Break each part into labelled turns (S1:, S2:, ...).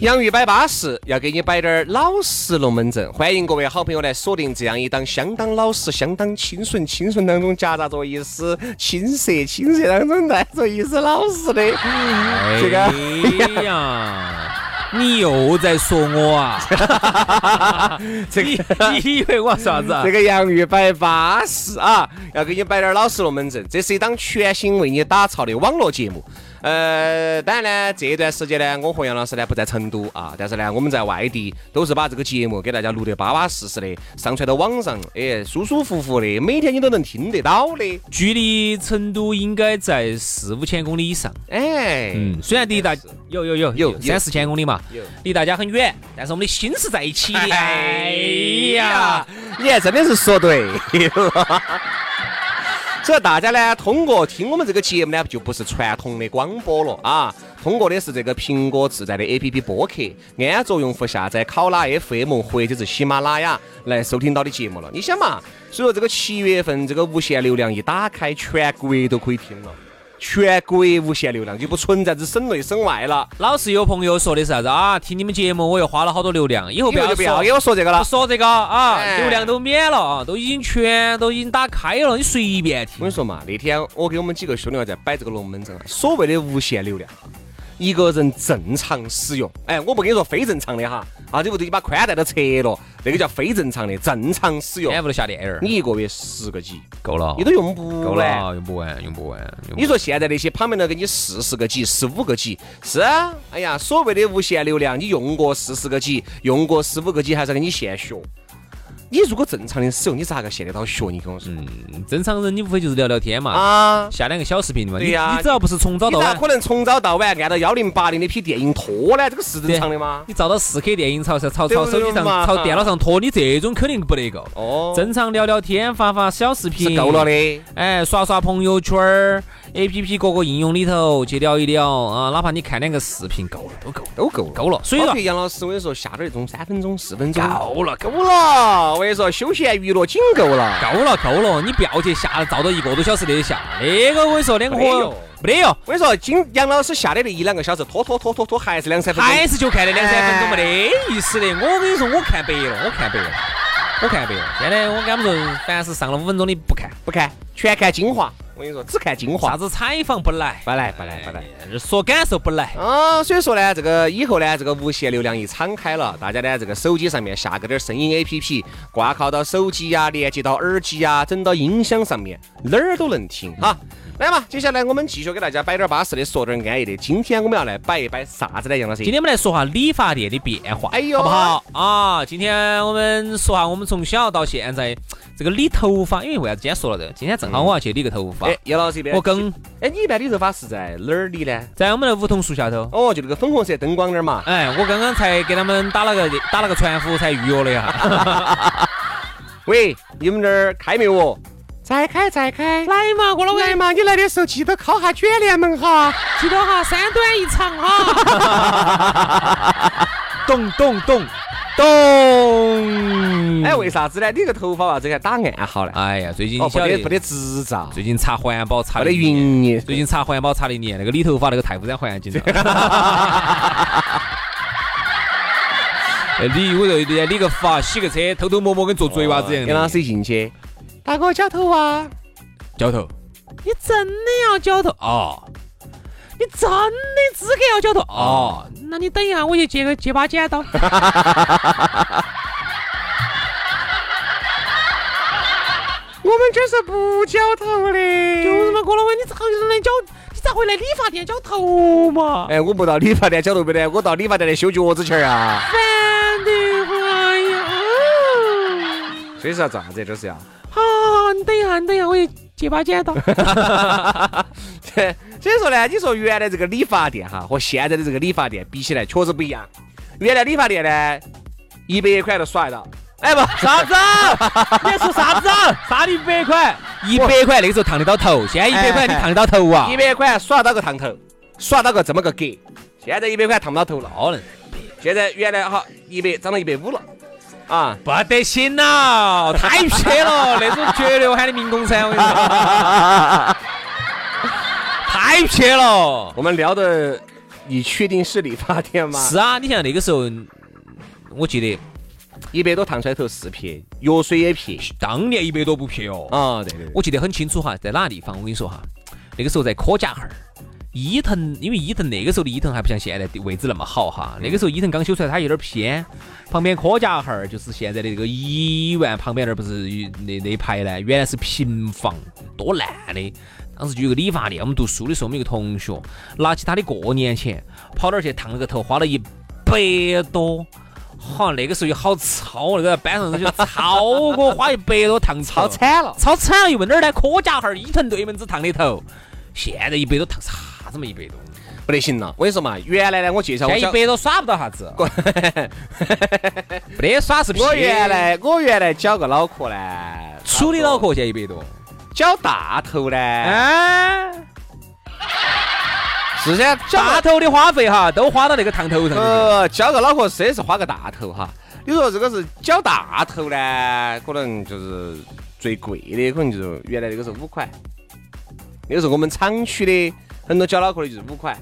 S1: 洋芋摆巴适，要给你摆点儿老实龙门阵。欢迎各位好朋友来锁定这样一档相当老实、相当清纯、清纯当中夹杂着一丝青涩、青涩当中带着一丝老实的这个。
S2: 哎呀，你又在说我啊？
S1: 这个
S2: 你你以为我啥子啊？
S1: 这个洋芋摆巴适啊，要给你摆点儿老实龙门阵。这是一档全新为你打造的网络节目。呃，当然呢，这段时间呢，我和杨老师呢不在成都啊，但是呢，我们在外地都是把这个节目给大家录得巴巴适适的，上传到网上，哎，舒舒服服的，每天你都能听得到的。
S2: 距离成都应该在四五千公里以上。
S1: 哎，
S2: 嗯，虽然离大
S1: 是
S2: 有有有
S1: 有有
S2: 三四千公里嘛
S1: 有，
S2: 离大家很远，但是我们的心是在一起的。
S1: 哎
S2: 哎
S1: 呀
S2: 呀，，
S1: 你还真的是说对了。所以大家呢，通过听我们这个节目呢，就不是传统的广播了啊，通过的是这个苹果自带的 APP 播客，安卓用户下载考拉 FM 或者是喜马拉雅来收听到的节目了。你想嘛，所以说这个七月份这个无限流量一打开，全国都可以听了，全国无限流量就不存在是省内省外了。
S2: 老是有朋友说的是啥子啊？听你们节目我又花了好多流量，以后
S1: 以
S2: 不
S1: 后
S2: 要
S1: 就不要
S2: 说
S1: 给我说这个了
S2: 不。说这个啊，
S1: 哎
S2: 流量都免了啊，都已经全都已经打开了，你随便
S1: 我跟
S2: 听
S1: 你。说嘛，那天我给我们几个兄弟在摆这个龙门阵啊，所谓的无限流量，一个人正常使用，哎，我不跟你说非正常的哈，啊，你不对，你把宽带都撤了，那个叫非正常的，正常使用
S2: 安，屋头下电影儿，
S1: 你一个月十个 G，
S2: 够了
S1: 你都用不
S2: 哦够
S1: 完。
S2: 啊了，用不完，用不完。用不
S1: 你
S2: 完
S1: 说现在那些旁边那给你四十个 G、十五个 G，是啊，哎呀，所谓的无限流量，你用过四十个 G，用过十五个 G，还是要给你现学。你如果正常的使用，你咋个现得到学？你跟我说、
S2: 嗯正常人你无非就是聊聊天嘛，
S1: 啊。
S2: 下两个小视频嘛。
S1: 对
S2: 你
S1: 呀
S2: 你只要不是从早
S1: 你
S2: 到啊
S1: 咋
S2: 晚，
S1: 可能从早到晚按照幺零八零那批电影拖呢？这个是正常的吗？
S2: 你照到四 K 电影朝朝朝
S1: 对不
S2: 朝
S1: 对
S2: 手机上
S1: 嘛
S2: 朝电脑上拖，你这种肯定不得够。
S1: 哦
S2: 正常聊聊天，发发小视频
S1: 是够了。的。
S2: 哎，刷刷朋友圈儿，A P P 各个应用里头去聊一聊啊，哪怕你看两个视频够了，都够了，
S1: 都够了，
S2: 哦够了所以说
S1: 包括哦杨老师，我跟你说，下点那种三分钟、四分钟，
S2: 够了，
S1: 够了。我跟你说，休闲娱乐仅够了。
S2: 够了，够了，你不要去下照到一个多小时的下，那个我跟你说，两个
S1: 没得
S2: 火
S1: 哟
S2: 没得哟，
S1: 我跟你说，今杨老师下的那一两个小时，拖拖拖拖拖，还是两三分钟。
S2: 还是就看那两三分钟没
S1: 哎
S2: 得意思的。我跟你说，我看白了，我看白了，我看白了。现在我跟他们说，凡是上了五分钟的不看，
S1: 不看，全看精华。我跟你说，只看精华
S2: 啥。子采访不来，哎
S1: 不来不来不来。
S2: 说感受不来。
S1: 啊，所以说呢，这个以后呢，这个无限流量一敞开了，大家呢这个手机上面下个点儿声音 APP，挂靠到手机呀、连接到耳机呀、整到音响上面，哪儿都能听哈。来嘛，接下来我们继续给大家摆点儿巴适的，说点儿安逸的。今天我们要来摆一摆啥子呢，杨老师
S2: 今？天我们来说下理发店的变化，
S1: 哎呦
S2: 好不好啊？今天我们说下我们从小到现在这个理头发，因为为啥子今天说了这个？今天正好我要去理个头发，
S1: 哎，杨老师一边，
S2: 我跟
S1: 哎，你一般理头发是在哪儿理呢？
S2: 在我们的梧桐树下头。
S1: 哦，就那个粉红色灯光那儿嘛。
S2: 哎，我刚刚才给他们打了个打了个传呼，才预约了一下。
S1: 喂，你们那儿开没有哦？ 再开再开，
S2: 来嘛，过来
S1: 来嘛，你来的时候记得敲下卷帘门哈。
S2: 记得哈，三短一长哈。 咚咚咚咚！
S1: 哎，为啥子呢？你这个头发娃子给它打暗号呢？
S2: 哎呀，最近
S1: 哦，
S2: 你
S1: 不
S2: 晓
S1: 得不得
S2: 得，
S1: 执照，
S2: 最近查环保查
S1: 不
S2: 的
S1: 得营业。
S2: 最近查环保查的严，那个理头发那个太污染环 境了。哎理我就理个发，洗个车，偷偷摸摸跟做贼娃子一
S1: 跟
S2: 样
S1: 老
S2: 的。
S1: 师一进去，大哥绞头啊！
S2: 绞头，你真的要绞头哦？你真的资格要绞头哦？那你等一下，我去借个借把剪刀。
S1: 我们这是不绞头
S2: 就是
S1: 的。
S2: 嘛，郭老板，你咋就是来绞？你咋会来理发店绞头嘛？
S1: 哎，我不到理发店绞头不得，我到理发店来修脚趾去儿啊。
S2: 烦得慌呀！
S1: 所以说要咋子，就是 要。
S2: 好，你等一下，你等一下，我去借把剪刀。
S1: 所以说呢，你说原来这个理发店哈和现在的这个理发店比起来，确实不一样。原来理发店呢，一百块就耍得到。哎 不，
S2: 啥子？你在说啥子？啥一百块？一百块那个时候烫得到头，现在一百块你烫得到头啊
S1: 一？百块耍到个烫头，耍到个这么个格。现在一百块烫不到头了，
S2: 高人，
S1: 现在原来哈一百涨到一百五了，啊，
S2: 不得行了，太撇了，那种绝对我喊你民工噻，我跟你说，太撇了。
S1: 我们聊的，你确定是理发店吗？
S2: 是啊，你像那个时候，我记得
S1: 一百多烫出来头是撇，药水也撇。
S2: 当年一百多不撇哦。
S1: 啊，对对对，
S2: 我记得很清楚哈，在哪个地方？我跟你说哈，那个时候在科家巷儿，伊藤，因为伊藤那个时候的伊藤还不像现在的位置那么好哈，那个时候伊藤刚修出来，它有点偏，旁边科家巷儿就是现在的这个医院旁边那儿不是有那那一排呢，原来是平房，多烂的。当时就有个理发店，我们读书的时候，我们有个同学拿起他的过年钱，跑那儿去烫了个头，花了一百多。好，那个时候就好操，那个班上就超过花一百多烫头，
S1: 好惨了。
S2: 超惨了！又问哪儿呢？科家巷伊藤对门子烫的头，现在一百多烫啥子嘛？一百多，
S1: 不得行了，我跟你说嘛，原来呢，我介绍
S2: 现
S1: 我
S2: 在
S1: 小
S2: 一百多耍不到啥子，没得耍是屁。
S1: 我原来我原来绞个脑壳呢，
S2: 处理脑壳现在一百多，
S1: 绞大头呢，
S2: 哎，
S1: 是噻，绞
S2: 大
S1: 个
S2: 头的花费哈都花到那个烫头上去了。
S1: 呃绞个脑壳是也是花个大头哈。你说这个是绞大头呢，可能就是最贵的，可能就是原来那个是五块，那个时候我们厂区的很多绞脑壳的就是五块，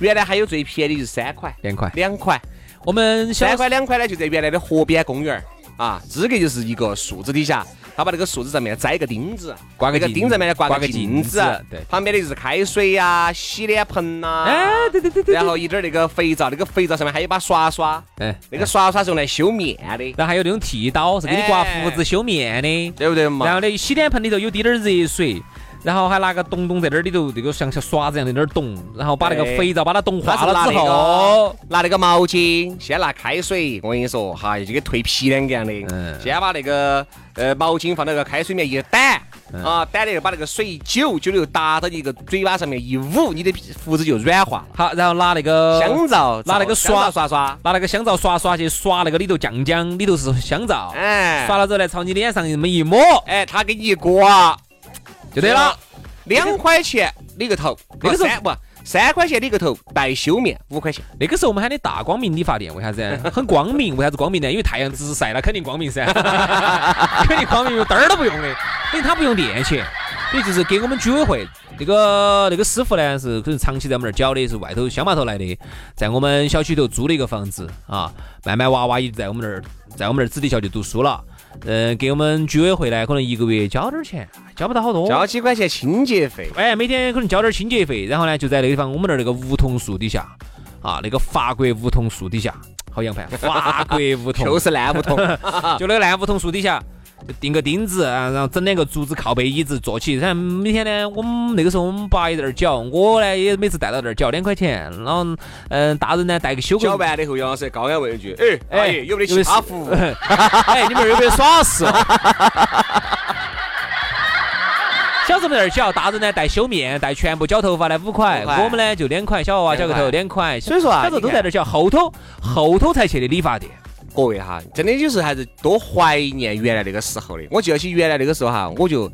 S1: 原来还有最便宜的就是三块，
S2: 两块，
S1: 两块。
S2: 我们小
S1: 三块两块呢，就在原来的河边公园儿啊，资格就是一个树枝底下，他把那个树枝上面栽一个钉子，
S2: 挂个
S1: 那个
S2: 镜
S1: 钉子上面挂
S2: 挂
S1: 个
S2: 个
S1: 镜
S2: 镜
S1: 子
S2: 子，对
S1: 旁边的就是开水呀、洗脸盆呐、
S2: 哎，对对对对，
S1: 然后一点儿那个肥皂，那个肥皂上面还有一把刷刷，
S2: 哎，
S1: 那个刷刷是用来修面的，
S2: 然后还有那种剃刀是给你刮胡
S1: 哎
S2: 子修面的，
S1: 对不对嘛？
S2: 然后呢，洗脸盆里头有滴点儿热水。然后还拿个洞洞在那儿里头，这个像小刷子一样在那儿咚，然后把那个
S1: 对
S2: 肥皂把它咚
S1: 他
S2: 化
S1: 是拿
S2: 了之
S1: 那
S2: 后
S1: 个，哦拿那个毛巾，先拿开水，我跟你说哈，就跟蜕皮两个样的。
S2: 嗯
S1: 先把那个呃毛巾放到那个开水里面一掸，
S2: 嗯
S1: 啊，掸了以后把那个水一揪，揪了以后搭到你个嘴巴上面一捂，你的胡子就软化了。
S2: 好，然后拿那个
S1: 香皂
S2: 拿那个
S1: 香皂
S2: 刷
S1: 刷刷，
S2: 拿那个香皂刷刷去刷那个里头酱酱，里头是香皂，
S1: 哎，
S2: 刷了之后呢，朝你脸上这么一抹
S1: 哎，他给你一刮
S2: 就对了。，
S1: 两块钱理个头，哦
S2: 那个时候
S1: 三不三块钱理个头带修面，五块钱。
S2: 那个时候我们喊的大光明理发店，为啥子 呢？很光明，为啥子光明呢？因为太阳直晒，那肯定光明噻， 肯定光明，有灯儿都不用的，等于他不用电钱。所以就是给我们居委会那个那个师傅呢，是可能长期在我们那儿教的，是外头乡坝头来的，在我们小区头租了一个房子啊，慢慢娃娃也在我们那儿，在我们那儿子弟校就读书了。嗯，给我们居委会呢，可能一个月交点儿钱，交不到好多，
S1: 交几块钱清洁费，
S2: 哎，每天可能交点清洁费，然后呢，就在那个地方，我们那儿那个梧桐树底下，啊，那个法国梧桐树底下，好洋盘，法国 梧桐，啊
S1: 就是烂 不通。
S2: 就那个烂梧桐树底下，就钉个钉子，啊然后整两个竹子靠背椅子坐起。然后每天呢，我们那个时候我们爸也在那儿搅，我呢也每次带到那儿搅两块钱，然后嗯、大人呢带个修个
S1: 搅完了以后，杨老师高安问一句：“哎，阿
S2: 哎
S1: 姨有没得其他服务？
S2: 哎，你们有没有耍事？ 小时候在那儿搅，大人呢带修面，带全部绞头发呢五块，
S1: 五块
S2: 我们呢就两块，小娃娃绞个头两块。
S1: 所以说啊
S2: 小时候
S1: 你
S2: 都
S1: 看
S2: 在那儿绞，后头后头才去的理发店。
S1: 各位哈，真的有时候还是多怀念原来那个时候的。我记得起原来那个时候哈，我就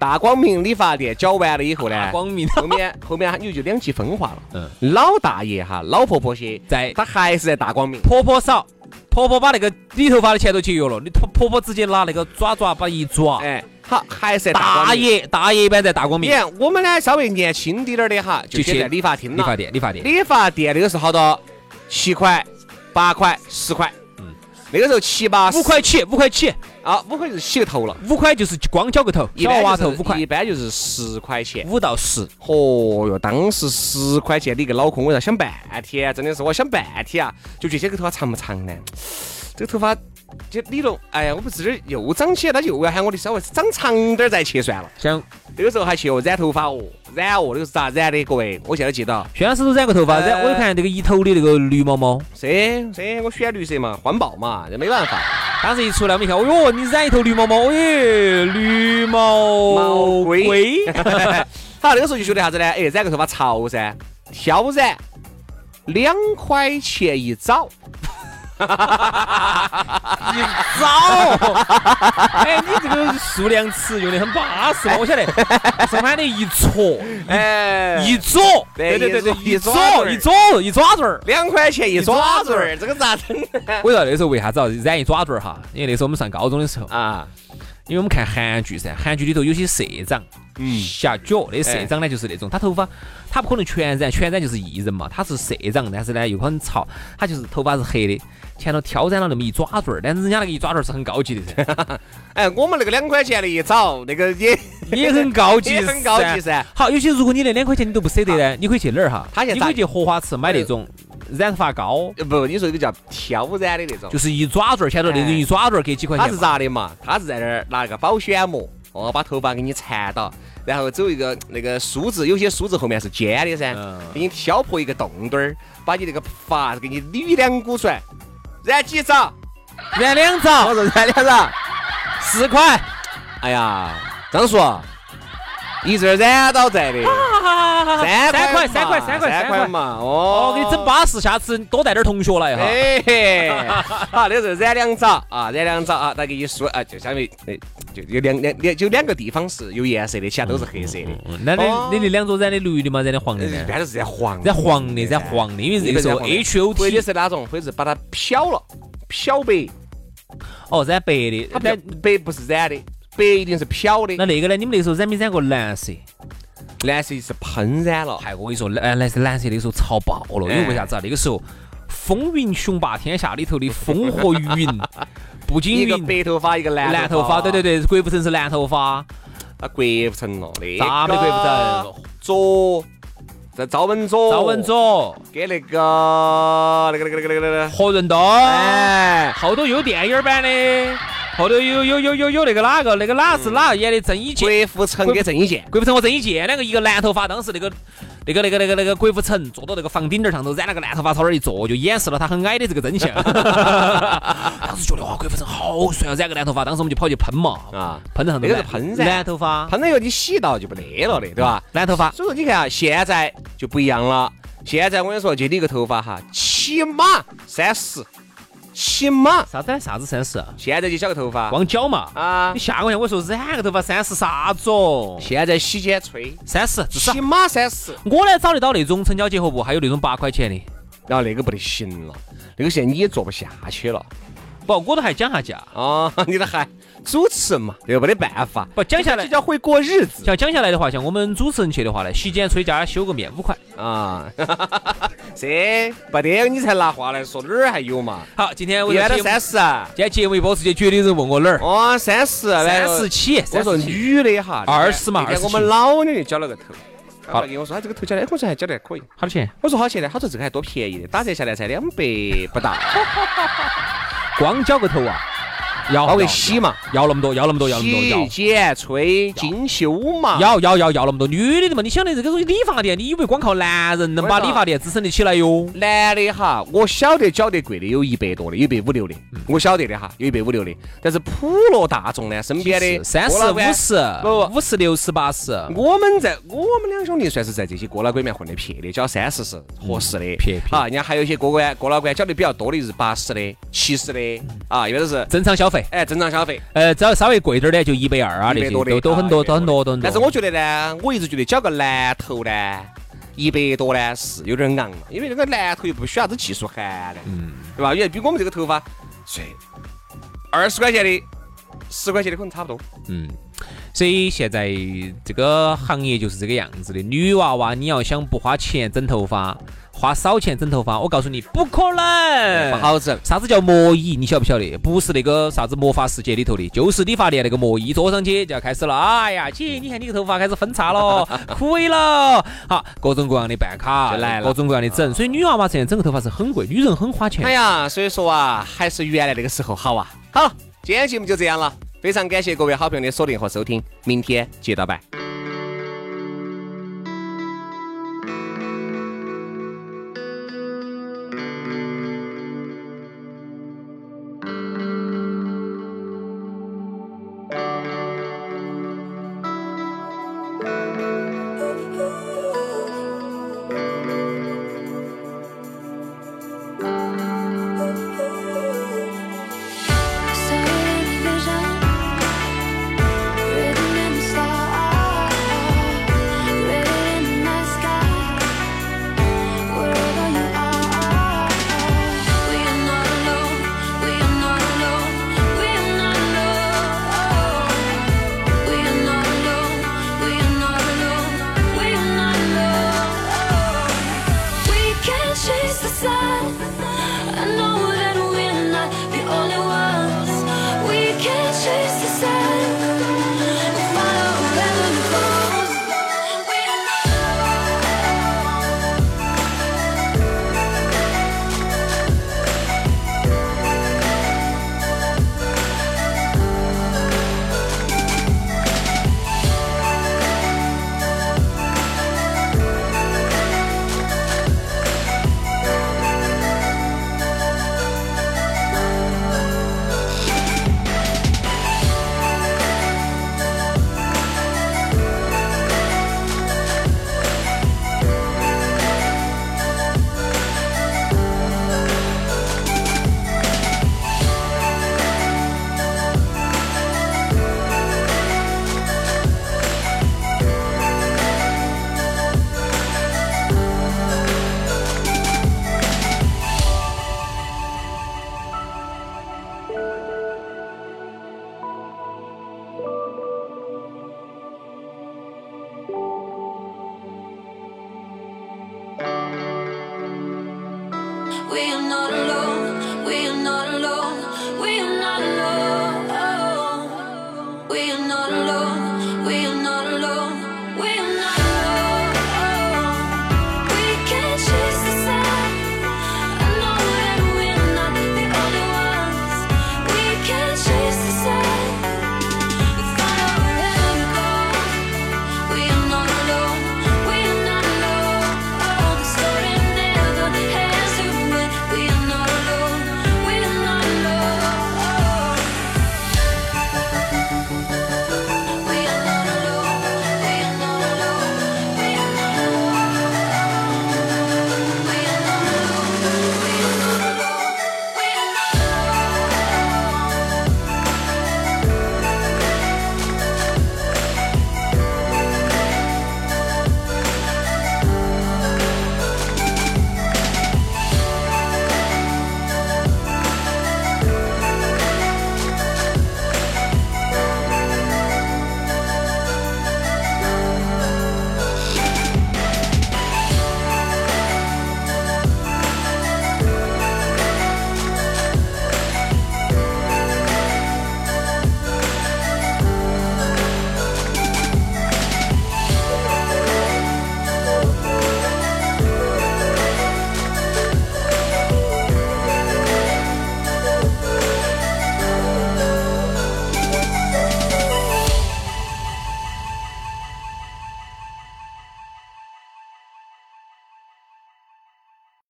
S1: 大光明理发店搅完了以后
S2: 大
S1: 呢，
S2: 光明
S1: 后面后面你就两极分化了。
S2: 嗯
S1: 老大爷哈，老婆婆些，
S2: 在
S1: 他还是在大光明。
S2: 婆婆少，婆婆把那个理头发的钱都节约了，你婆婆婆直接拿那个爪爪把一抓。
S1: 哎，好，还是在大
S2: 大
S1: 光明。
S2: 爷大爷一般在大光
S1: 你
S2: 明
S1: 看我们呢，稍微年轻滴点儿的哈，就
S2: 就
S1: 先
S2: 去
S1: 在理发厅
S2: 理发
S1: 了。
S2: 店理发店，
S1: 理发店那个是好多，七块、八块、十块。
S2: 嗯
S1: 那个时候七八十
S2: 五块起五块起，
S1: 啊，五块就是洗个头了。
S2: 五块就是光绞个头，
S1: 一
S2: 小
S1: 般
S2: 娃娃
S1: 就是
S2: 头五块
S1: 一，般就是十块钱。
S2: 五到十。
S1: 哦哟，当时十块钱理个脑壳，我要想半天，啊真的是我想半天啊，就觉得这个头发长不长呢？这个头发就理了，哎呀，我不自点又长起来，他又要喊我的稍微长长点儿再切算了。
S2: 像
S1: 那个时候还去哦染头发哦，染哦，那个是咋染的？各位，我现在记到，
S2: 轩老师都染过头发，
S1: 呃
S2: 染我就看那个一头的那个绿毛毛，
S1: 这这我选绿色嘛，环保嘛，这没办法。
S2: 当时一出来我们一看，哦哟，你染一头绿毛毛，哎，绿毛
S1: 毛哦龟
S2: 龟
S1: 好，那个时候就觉得啥子呢？哎，染个头发潮噻，挑染两块钱一早，
S2: 早，哎，你这个数量词用的很 巴适嘛，我晓得，是喊的一撮、
S1: 哎，
S2: 一撮，
S1: 对
S2: 对对对，
S1: 一
S2: 一
S1: 撮
S2: 撮、一撮、一爪子儿。
S1: 两块钱一爪子
S2: 一
S1: 儿，这个咋 整呢？
S2: 我知道那时候为啥子要染一爪子儿哈，因为那时候我们上高中的时候，
S1: 啊，
S2: 因为我们看韩剧噻，韩剧里头有些社长，
S1: 嗯
S2: 下脚那社长呢就是那种，他头发他不可能全染，全染就是艺人嘛，他是社长，但是呢又很潮，他就是头发是黑的，前头挑染了那么一爪子儿，但是人家那个一爪子儿是很高级 的噻，
S1: 哎，我们那个两块钱的一爪，那个 也
S2: 也很高级，
S1: 也很高级噻。啊
S2: 好，有些如果你那两块钱你都不舍得呢，你可以去哪儿哈？
S1: 他现在嗯
S2: 你可以去荷花池买那种染发膏，
S1: 呃不，你说一个叫挑染的那种，
S2: 就是一爪子儿，前头那种
S1: 哎
S2: 一爪子儿给几块
S1: 他
S2: 钱
S1: 是
S2: 嘛。
S1: 咋的嘛？他是在那儿拿那个保鲜膜，哦，把头发给你缠到，然后走一个那个梳子，有些梳子后面是尖的噻
S2: 嗯，
S1: 给你挑破一个洞洞儿，把你那个发给你捋两股出来，染几爪？
S2: 染两爪
S1: 我，说染两爪。
S2: 四块。
S1: 哎呀，张叔，你这儿染到在的，
S2: 三
S1: 三块
S2: 块，
S1: 嘛
S2: 啊三块，三块，
S1: 啊三
S2: 三
S1: 块
S2: 块。
S1: 嘛，
S2: 哦
S1: 哦，，
S2: 给你整。巴适，下次多带点同学来哈。
S1: 哎嘿，好，那时候染两爪啊，染两爪啊，他给你梳啊，就相当于哎就有两两两就两个地方是有颜色的，其他都是黑色的。
S2: 嗯那你
S1: 哦哎
S2: 你那两桌染的绿的吗？染的黄的
S1: 一
S2: 呢？
S1: 般都是染黄的，
S2: 染黄的，染黄的，因为那个时
S1: 一般染
S2: 候
S1: 黄的
S2: H O
S1: 或者
S2: T
S1: 是哪种，或者是把它漂了，漂白，
S2: 哦，染白的。
S1: 它
S2: 那
S1: 白白不是染的，白一定是漂的
S2: 那，那个呢？你们那时候染没染过蓝色？哎
S1: 蓝色是喷染了。
S2: 嗨，我跟你说，蓝蓝色蓝色那时候潮爆了，因为为啥
S1: 哎
S2: 子啊？那个时候风云雄霸天下里头的风和 云，步
S1: 一
S2: 惊
S1: 个
S2: 云，
S1: 白头发，一个蓝
S2: 蓝头发，对对
S1: 对，
S2: 对，郭富城是蓝头发，
S1: 啊，鬼不成了，那
S2: 咋没
S1: 个
S2: 郭富城？
S1: 左，在赵文左，
S2: 赵文卓、
S1: 跟那个那个那个那个那个那个，
S2: 何润东，
S1: 哎，
S2: 后头有电影版的，后头有有有有有那个哪个那个哪是哪个演的郑伊健，
S1: 郭富城跟郑伊健，
S2: 郭富城和郑伊健两个，一个蓝头发，当时那个那个那个那个那个郭富城坐到那个房顶儿上头，染了个蓝头发，朝那儿一坐，就演示了他很矮的这个真 相。当时觉得哇，郭富城好帅哦，染个蓝头发，当时我们就跑去喷嘛，
S1: 啊
S2: 喷得很多
S1: 那个
S2: 蓝
S1: 是喷噻
S2: 蓝头发，
S1: 他那个你洗到就不得了的，对吧？
S2: 蓝头发，
S1: 所以说你看啊，现在就不一样了。现在我跟你说，就你一个头发哈，起码三十，起码
S2: 啥子啥子三十，
S1: 现在就小个头发
S2: 光脚嘛。
S1: 啊
S2: 你，下个月我说染个头发三十啥子哦，
S1: 现在洗剪吹，
S2: 三十至少
S1: 起。码三十。
S2: 我呢找得到那种成交结合部，还有那种八块钱的。
S1: 然后那个不得行了，那个现在你也做不下去了
S2: 不，我都还讲下价。
S1: 啊！ 你都还主持人嘛，这个没得办法，
S2: 不讲
S1: 这
S2: 下来，
S1: 叫会过日子
S2: 像讲下来的话，像我们主持人去的话呢，洗剪吹加修个面五块。
S1: 啊！这不得你才拿话来说，哪儿还有嘛？
S2: 好，今天我
S1: 一般都
S2: 节目
S1: 三十啊，
S2: 今天节目一播出去，绝对有人问我哪儿，
S1: 哦，三十，
S2: 三
S1: 然后
S2: 十起，
S1: 我说
S2: 30起
S1: 女的哈，
S2: 20嘛
S1: 那天
S2: 27
S1: 我们老女的绞了个头，
S2: 好
S1: 好，跟我说她这个头绞的，哎我说还绞的还可以，
S2: 好多钱？
S1: 我说好钱呢，她说这个还多便宜的，打折下来才两百不到，
S2: 光绞个头啊，要
S1: 包
S2: 要
S1: 给洗嘛，
S2: 要那么多，要那么多，要那么多，
S1: 洗剪吹精修嘛，
S2: 要要要要要那么多，女的的嘛，你晓得这个东西理发店，你以为光靠男人能把
S1: 我知道
S2: 理发店支撑得起来哟？
S1: 男的哈，我晓得缴得贵的有一百多的，有一百五六的，我晓得的哈，有一百五六的，但是普罗大众呢，身边的
S2: 三
S1: 郭老
S2: 十、五
S1: 倌
S2: 十、
S1: 不不
S2: 五十、六十、八十，
S1: 我们在我们两兄弟算是在这些哥老倌里面混得撇的，交三十是合适的。
S2: 撇撇
S1: 啊，人家还有一些哥官哥老倌交的比较多的就是八十的、七十的啊，一般都是
S2: 正常消费。
S1: 哎正常消费，
S2: 呃，只要稍微贵点儿的就一百二啊，
S1: 一
S2: 那
S1: 百
S2: 些
S1: 多的
S2: 都都很
S1: 啊
S2: 多，
S1: 100
S2: 都很多，都很多。
S1: 但是我觉得呢，我一直觉得交个男头呢，一百多呢是有点昂了，因为那个男头又不需要啥子技术含量，
S2: 嗯
S1: 对吧？因为比我们这个头发，谁二十块钱的、十块钱的可能差不多。
S2: 嗯，所以现在这个行业就是这个样子的。女娃娃你要想不花钱整头发，花少钱整头发，我告诉你不可能，
S1: 不好整
S2: 啥子叫魔椅？你晓不晓得？不是那个啥子魔法世界里头的，就是理发店那个魔椅，坐上去就要开始了。哎呀，姐，你看你个头发开始分 叉了，亏了。好，各种各样的办卡
S1: 就 来了
S2: 各种各样的整。所以女娃娃现在整个头发是很贵，女人很花钱。
S1: 哎呀，所以说啊，还是原来那个时候好啊。好，今天节目就这样了，非常感谢各位好朋友的锁定和收听，明天接着拜。
S3: Thank you. We're not alone.